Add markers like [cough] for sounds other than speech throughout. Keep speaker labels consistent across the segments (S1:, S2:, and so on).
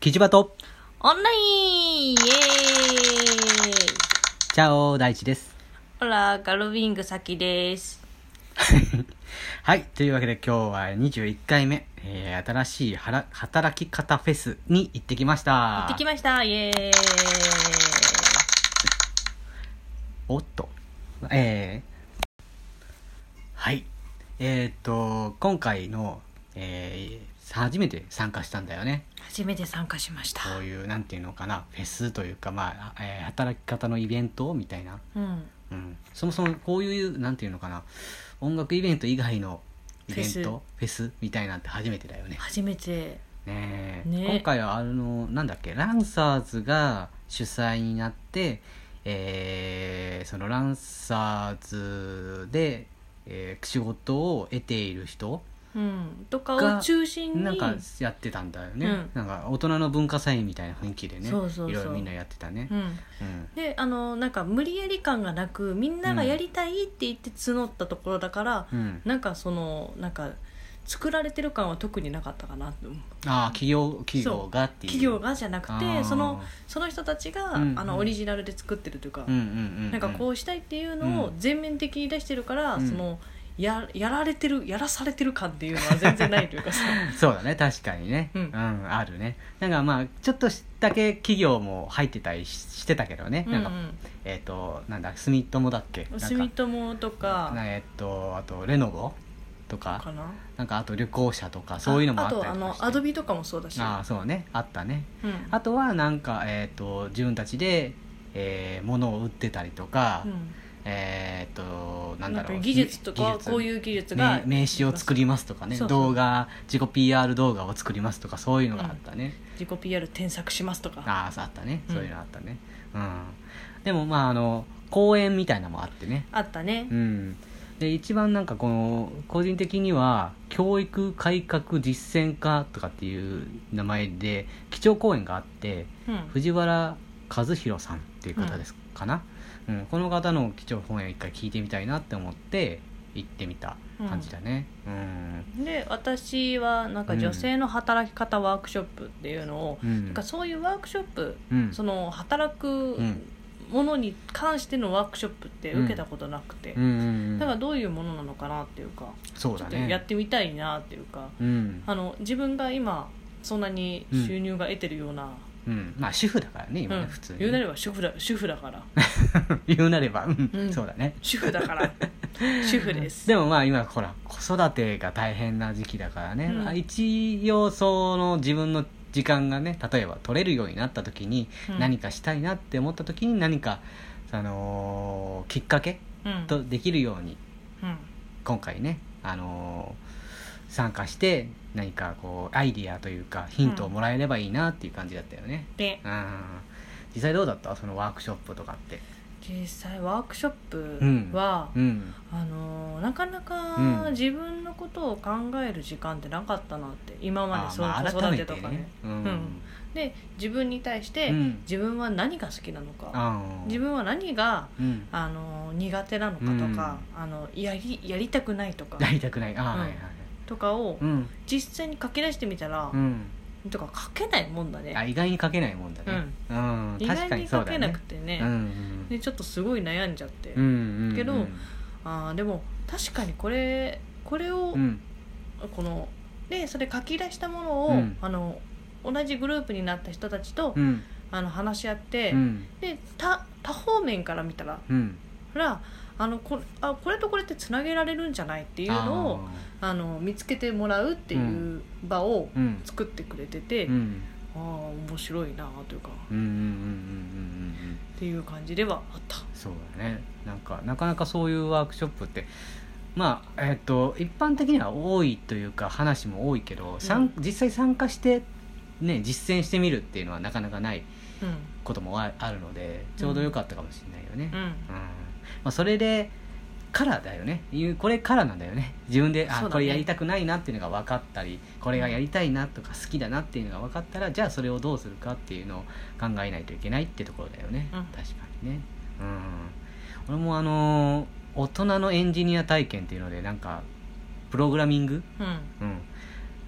S1: キジバト、
S2: オンラインイエーイ
S1: チャオ大地です。 [laughs]
S2: ほら、ガルウィング先です。
S1: はい、というわけで今日は21回目、えー新しいはら働き方フェスに行ってきました。
S2: 行ってきましたイエーイ
S1: おっと。えーはい。えーっと、今回の、えー初めて参加したんだよね。
S2: 初めて参加しました。
S1: こういう、なんていうのかな、フェスというか、まあ、えー働き方のイベントみたいな。
S2: うん。
S1: うん、そもそもこういうなんていうのかな音楽イベント以外のイベン
S2: フェス
S1: トフェスみたいなんて初めてだよね
S2: 初めて。
S1: ねえ
S2: ね
S1: 今回はあのなんだっけランサーズが主催になって、えーそのランサーズで、えー仕事を得ている人
S2: うん。とか
S1: が
S2: を中心に。
S1: なんかやってたんだよね、
S2: うん
S1: なんか大人の文化祭みたいな雰囲気でね
S2: そうそうそう
S1: ろいろみんなやってたね
S2: う、ん。
S1: うん
S2: で、あの、なんか無理やり感がなく、みんながやりたいって言って募ったところだから、
S1: うん、
S2: なんかその、なんか、作られてる感は特になかったかなって思う
S1: ああ企業企業がっていう
S2: 企業がじゃなく
S1: あ
S2: て
S1: ー
S2: そのその人たちが、
S1: うんうん
S2: あのオリジナルで作ってるというか、
S1: うんうんうんうん、
S2: なんかこうしたいっていうの
S1: う
S2: を
S1: ん
S2: 全面的に出してるから、
S1: うん
S2: そのややられてるやらされてる感っていう
S1: [laughs]
S2: のは全然ないというかさ
S1: そうだね確かにねう、
S2: うんん
S1: あるねなんかまあちょっとだけ企業も入ってたりししてたけどね、
S2: うんう
S1: なんか
S2: ん
S1: えっ、となんだ住友だっけなんか
S2: 住友とか
S1: なえっ、とあとレノボとか
S2: かな
S1: なんかあと旅行者とかそういうのもあ
S2: あ
S1: ったり
S2: と
S1: とかし
S2: あ
S1: て
S2: のアドビとかもそうだし
S1: ああそうねあったね
S2: うん
S1: あとはなんかえっ、と自分たちでえー、物を売ってたりとか、
S2: うん
S1: えっ、となん
S2: な
S1: だ
S2: ん
S1: ろ
S2: か
S1: う
S2: 技術とか
S1: 技術
S2: こういう技術が
S1: 名名刺を作りますとかね
S2: そうそう
S1: 動画自己 PR 動画を作りますとかそういうのがあったね、
S2: 自己 PR 添削しますとか
S1: ああそうあったね
S2: うん
S1: そういうのあったねうん、でもまああの公演みたいなのもあってね
S2: あったね
S1: うんで一番なんかこの個人的には教育改革実践家とかっていう名前で基調講演があって
S2: うん
S1: 藤原和弘さんっていう方ですかな、うんこの方の基調講演一回聞いてみたいなって思って行ってみた感じだねうん
S2: で私はなんか女性の働き方ワークショップっていうのを、
S1: うん
S2: なんかそういうワークショップ
S1: うん
S2: その働く
S1: うん
S2: ものに関してのワークショップって受けたことなくて、
S1: うんうんうん
S2: だからどういうものなのかなっていうか、
S1: そう
S2: ちょ
S1: だ
S2: っとやっ
S1: ね
S2: てみたいなっていうか
S1: うん
S2: あの自分が今そんなに収入が得てるような、
S1: うんまあ主婦だからね
S2: うん
S1: 今ね普通に
S2: 言うなれば主婦だ主婦だから
S1: [laughs] 言うなればうん
S2: うん
S1: そうだね
S2: 主婦だから主婦です。
S1: でもまあ今ほら子育てが大変な時期だからね、
S2: うん
S1: まあ一応その自分の時間がね例えば取れるようになった時に
S2: うん
S1: 何かしたいなって思った時に何か、あのーきっかけ
S2: うん
S1: とできるように
S2: うん
S1: 今回ね、あのー参加して何かこうアイディアというかヒントをもらえればいいなっていう感じだったよね、
S2: で
S1: うん実際どうだったそのワークショップとかって
S2: 実際ワークショップは、
S1: うん
S2: あのなかな
S1: うん
S2: か自分のことを考える時間ってなかったなって今までそう
S1: あ
S2: いう
S1: ー
S2: 子
S1: まあ
S2: 育
S1: 改
S2: て
S1: め
S2: と
S1: て
S2: かね
S1: ねうん
S2: うんで自分に対して、
S1: うん
S2: 自分は何が好きなのか
S1: あー
S2: 自分は何が
S1: うん
S2: あの苦手なのかとか、あのやりやりたくないとか
S1: やりたくないあー、
S2: うん
S1: はいはいはい
S2: とかを
S1: うん
S2: 実際に書き出してみたら
S1: う、ん
S2: とか書けないもんだね
S1: あ意外に書けないもんだねうん、
S2: 意
S1: 確か
S2: 外
S1: に
S2: に
S1: そ
S2: 書
S1: うだ
S2: け
S1: ね
S2: なくてね
S1: うん
S2: でちょっとすごい悩んじゃって、
S1: うんうんうん
S2: けど
S1: うん
S2: あーでも確かにこれこれを、
S1: うん
S2: このでそれ書き出したものを、
S1: うん
S2: あの同じグループになった人たちと、
S1: うん
S2: あの話し合って、
S1: うん
S2: で他他方面から見たら
S1: うん
S2: らあのこれあこれとこれってつなげられるんじゃないっていうのをあの見つけてもらうっていう場を
S1: あーうん
S2: 作ってくれてて、
S1: うん
S2: ああ面白いなというか
S1: うんうんうんうんうんうん
S2: っていう感じではあった。
S1: そうだねなんかなかなかそういうワークショップってまあえっ、と一般的には多いというか話も多いけど、参実際参加してね実践してみるっていうのはなかなかない
S2: うん
S1: こともああるのでちょうど良かったかもしれないよね、
S2: う
S1: うん
S2: ん
S1: まあ、それでからだよねいうこれからなんだよね自分で、
S2: そう
S1: あ
S2: だね
S1: これやりたくないなっていうのが分かったりこれがやりたいなとか好きだなっていうのが分かったらじゃあそれをどうするかっていうのを考えないといけないってところだよね、
S2: うん
S1: 確かにねうん俺もあのー大人のエンジニア体験っていうのでなんかプログラミング
S2: うん
S1: うん、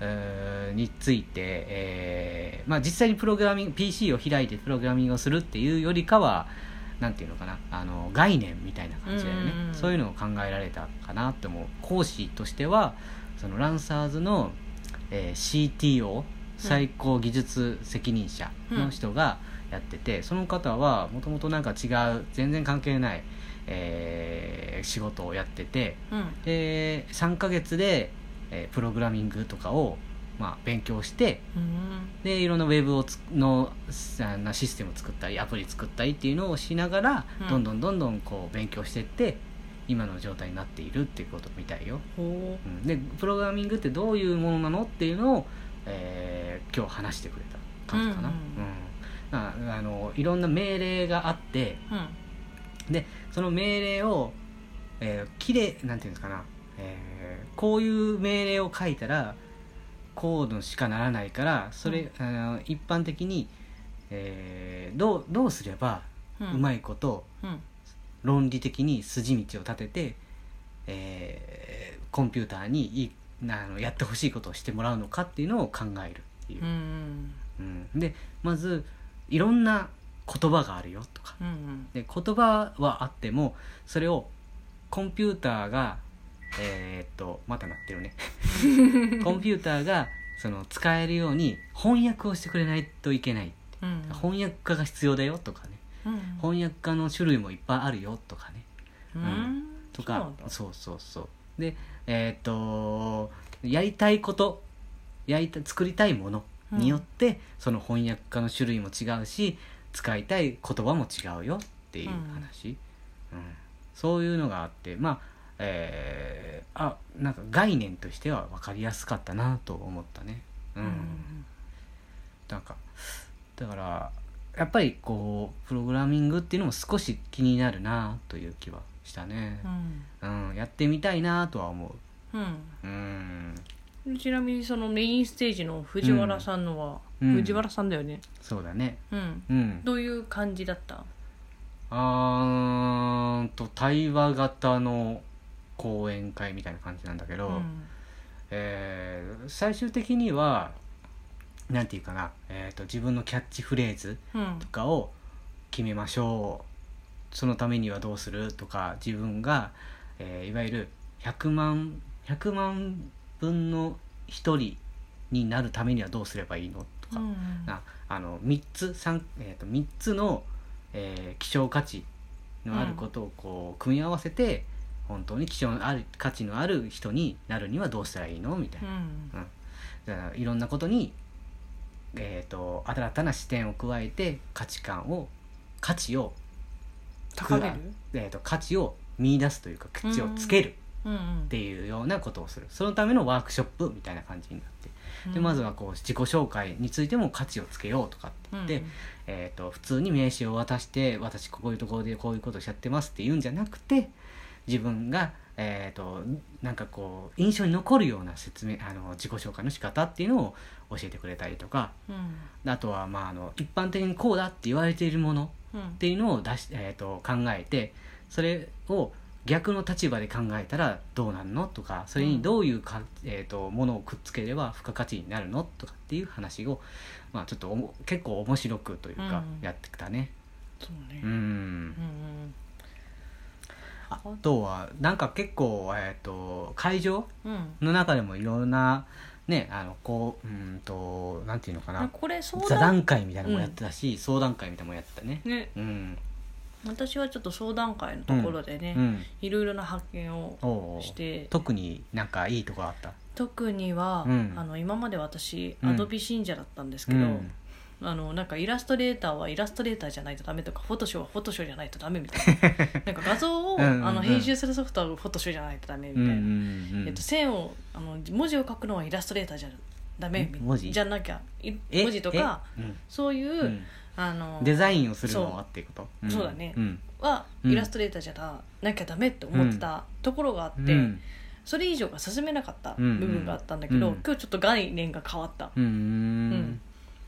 S1: えーについて、えまあ、実際にプログラミング PC を開いてプログラミングをするっていうよりかはなんていうのかなあの概念みたいな感じだよね、
S2: うんうん
S1: そういうのを考えられたかなって思う講師としてはそのランサーズの、えー CTO 最高技術責任者の人がやってて、その方はもともとなんか違う全然関係ない、えー仕事をやってて、
S2: うん
S1: で3ヶ月で、えープログラミングとかを、まあ、勉強して
S2: うん
S1: でいろんなウェブをつのあのシステムを作ったりアプリ作ったりっていうのをしながら、
S2: うん
S1: どんどんどんどんこう勉強していって今の状態になっているっていうことみたいよ、
S2: ほ
S1: うん、でプログラミングってどういうものなのっていうのを、えー今日話してくれた感じかな、
S2: うん
S1: うんああのいろんな命令があって、
S2: ううん
S1: その命令を、えー、きれいなんていうんですかな、えーこういう命令を書いたらこうのしかならないからそれ、あの一般的に、えーどうどうすれば
S2: うん
S1: うまいこと
S2: うん
S1: 論理的に筋道を立てて、えーコンピューターにいいあのやってほしいことをしてもらうのかっていうのを考えるっていう
S2: う。ん
S1: うん、でまずいろんな言葉があるよとか。
S2: うんうん
S1: で言葉はあってもそれをコンピューターがえーっとまた鳴ってるねコンピューターがその使えるように翻訳をしてくれないといけない
S2: うん
S1: 翻訳家が必要だよとかね
S2: うん
S1: 翻訳家の種類もいっぱいあるよとかね
S2: うん
S1: と
S2: そう
S1: か
S2: なんだ
S1: そうそうそうでえーっとやりたいことやりた作りたいものによって、その翻訳家の種類も違うし使いたい言葉も違うよっていう話、うんそういうのがあってまあえーあなんか概念としては分かりやすかったなと思ったね。う
S2: うんん
S1: なんかだからやっぱりこうプログラミングっていうのも少し気になるなという気はしたね
S2: う、ん
S1: うんやってみたいなとは思
S2: うん
S1: ううん
S2: ちなみにそのメインステージの藤原さんのは、
S1: うん
S2: 藤原さんだよね、
S1: そうだね
S2: うん、
S1: うん
S2: どういう感じだった
S1: あーんと対話型の講演会みたいな感じなんだけど、
S2: うん
S1: えー最終的にはなんていうかな、えー、と自分のキャッチフレーズ
S2: うん
S1: とかを決めましょうそのためにはどうするとか自分が、えーいわゆる100万100万分の1人になるためにはどうすればいいのとか、
S2: うん
S1: なあの3つ三えー、と3つの、えー希少価値のあることをこう組み合わせて、本当に希少のある価値のある人になるにはどうしたらいいのみたいうな、
S2: ん
S1: だからいろんなことに、えー、と新たな視点を加えて価値観を価値を、
S2: 高める
S1: えー、と価値を見出すというか価値をつける
S2: うんうん
S1: っていうようなことをする、そのためのワークショップみたいな感じになって、でまずはこう自己紹介についても価値をつけようとかって言って。えー、と普通に名刺を渡して私こういうところでこういうことをしちゃってますって言うんじゃなくて自分が、えー、となんかこう印象に残るような説明あの自己紹介の仕方っていうのを教えてくれたりとか
S2: うん
S1: あとは、まあ、あの一般的にこうだって言われているもの
S2: うんうん
S1: っていうのを出し、えー、と考えてそれを逆の立場で考えたらどうなんのとかそれにどういうか、えー、とものをくっつければ付加価値になるのとかっていう話を、まあ、ちょっとおも結構面白くというか
S2: うん
S1: やってきたね。
S2: そうね
S1: うん
S2: うん
S1: あとはなんか結構、えー、と会場
S2: うんうん
S1: の中でもいろんなねあのこううーんとなんていうのかな
S2: これ相
S1: 座
S2: 談
S1: 談会みたいなのもやってたし、相談会みたいなのもやってたね。
S2: ね
S1: うん
S2: 私はちょっと相談会のところでね、
S1: うん、
S2: いろいろな発見を
S1: おう
S2: して
S1: 特になんかいいとこあった
S2: 特には、
S1: うん
S2: あの今まで私
S1: うん
S2: アドビ信者だったんですけど、あのなんかイラストレーターはイラストレーターじゃないとダメとかフォトショーはフォトショーじゃないとダメみたい
S1: [laughs]
S2: ななんか画像を
S1: うんうんうん
S2: あの編集するソフトはフォトショーじゃないとダメみ
S1: う
S2: たい
S1: ん
S2: な、
S1: うんうん
S2: えっと、線をあの文字を書くのはイラストレーターじゃダメみ
S1: ん文字
S2: じゃなきゃい
S1: え
S2: 文字とか
S1: えうん
S2: そういう、
S1: うん
S2: あの
S1: デザインをするのはっていうことん
S2: そうだね
S1: うん
S2: は
S1: うん
S2: イラストレーターじゃなきゃダメって思ってたところがあって、
S1: うん
S2: それ以上が進めなかった
S1: う
S2: 部
S1: んうん
S2: 分があったんだけど、
S1: うん
S2: 今日ちょっと概念が変わった、
S1: うん
S2: うん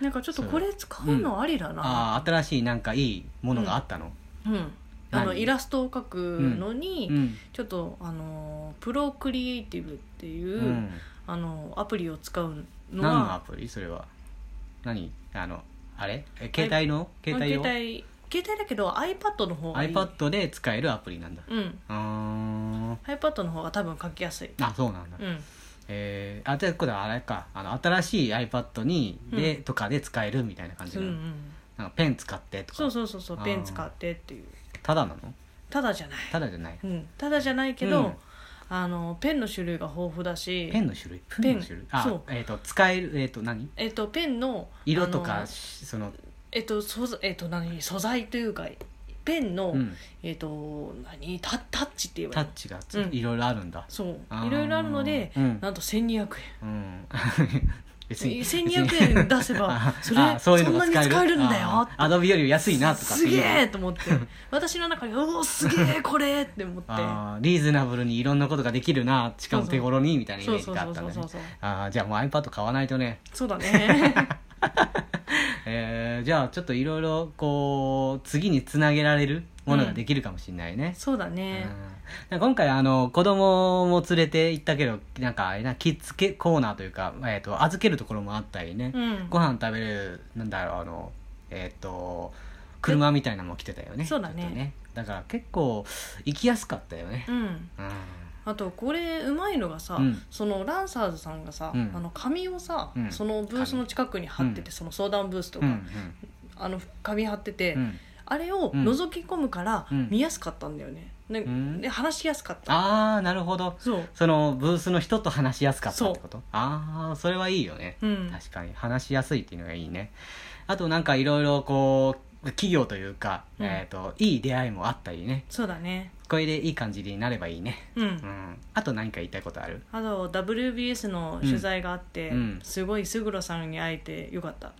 S2: なんかちょっとこれ使うのありだな、
S1: ああ新しいなんかいいものがあったの
S2: うんあの
S1: 何
S2: イラストを描くのに、
S1: うん
S2: ちょっとあのプロクリエイティブっていう、
S1: うん
S2: あのアプリを使うの
S1: 何のア
S2: は
S1: プリそれは何あのあれえ携帯の携帯
S2: 携
S1: を
S2: 帯携帯だけど iPad の方がいい
S1: iPad で使えるアプリなんだ
S2: うん
S1: あ
S2: iPad の方が多分書きやすい
S1: ーあそうなんだ、
S2: うん
S1: えー、あということはあれかあの新しい iPad にで、
S2: う
S1: とかで使えるみたいな感じ
S2: うん
S1: な
S2: う
S1: の、
S2: ん
S1: なんかペン使ってとか
S2: そうそうそうそう
S1: あー
S2: ペン使ってっていう
S1: ただなの
S2: ただじゃない
S1: ただじゃない
S2: うんただじゃないけ
S1: う
S2: ど
S1: ん
S2: あのペンの種類が豊富だし
S1: ペンの種類
S2: ペン
S1: ペンの種類あ
S2: そう
S1: えっ、と使えるえっ、と何
S2: えっとペンの
S1: 色と
S2: あ
S1: か
S2: の
S1: しその
S2: えっと素材えっと何素材というかペンの
S1: うん
S2: えっと何タタッチって言えば
S1: タ
S2: いい
S1: ッ
S2: の
S1: チがつ
S2: うん
S1: いろいろあるんだ、
S2: そう
S1: ー
S2: いろいろあるので
S1: うん
S2: なんと1200円
S1: うん [laughs] 別に
S2: 1200円出せばそ
S1: [laughs]
S2: れ
S1: あそういうのが
S2: そんなに使えるんだよ
S1: あーアドビより安いなとか
S2: すげ
S1: え
S2: え
S1: [laughs]
S2: と思って私の中に「おおすげえこれ!」って思って
S1: リーズナブルにいろんなことができるなしかも手頃にみたいなイメー
S2: そう
S1: ジ
S2: そう
S1: があ
S2: そ
S1: っ
S2: う
S1: た
S2: そ
S1: ん
S2: う
S1: だ
S2: そ
S1: ね
S2: うそう
S1: あーじゃあもう iPad 買わないとね、
S2: そうだね
S1: [laughs] えーじゃあちょっといろいろこう次につなげられるものができるかもしれないね、
S2: そうだ
S1: うん
S2: ね
S1: なんか今回あの子供も連れて行ったけどなんかあれなキッズけコーナーというか、えー、と預けるところもあったりね、
S2: うん
S1: ご飯食べるなんだろうあのえっ、と車みたいなのも来てたよね
S2: そうだね
S1: ちょっとだから結構行きやすかったよね
S2: うん
S1: うん
S2: あとこれうまいのがさ、
S1: うん
S2: そのランサーズさんがさ、
S1: うん
S2: あの紙をさ、
S1: うん
S2: そのブースの近くに貼ってて、
S1: 紙
S2: その相談ブースと
S1: う
S2: か、
S1: ん
S2: あの紙貼ってて、
S1: うんうん
S2: あれを覗き込むから
S1: うん
S2: 見やすかったんだよね、ね
S1: ん
S2: で話しやすかった、
S1: ああなるほど
S2: そう、
S1: そのブースの人と話しやすかったってことああそれはいいよね、
S2: うん、
S1: 確かに話しやすいっていうのがいいねあとなんかいろいろこう企業というか、
S2: うん
S1: えー、といい出会いもあったりね
S2: そうだね
S1: これでいい感じになればいいね
S2: うん、
S1: うんあと何か言いたいことある
S2: あと WBS の取材があって、
S1: うんうん
S2: すごい勝呂さんに会えてよかった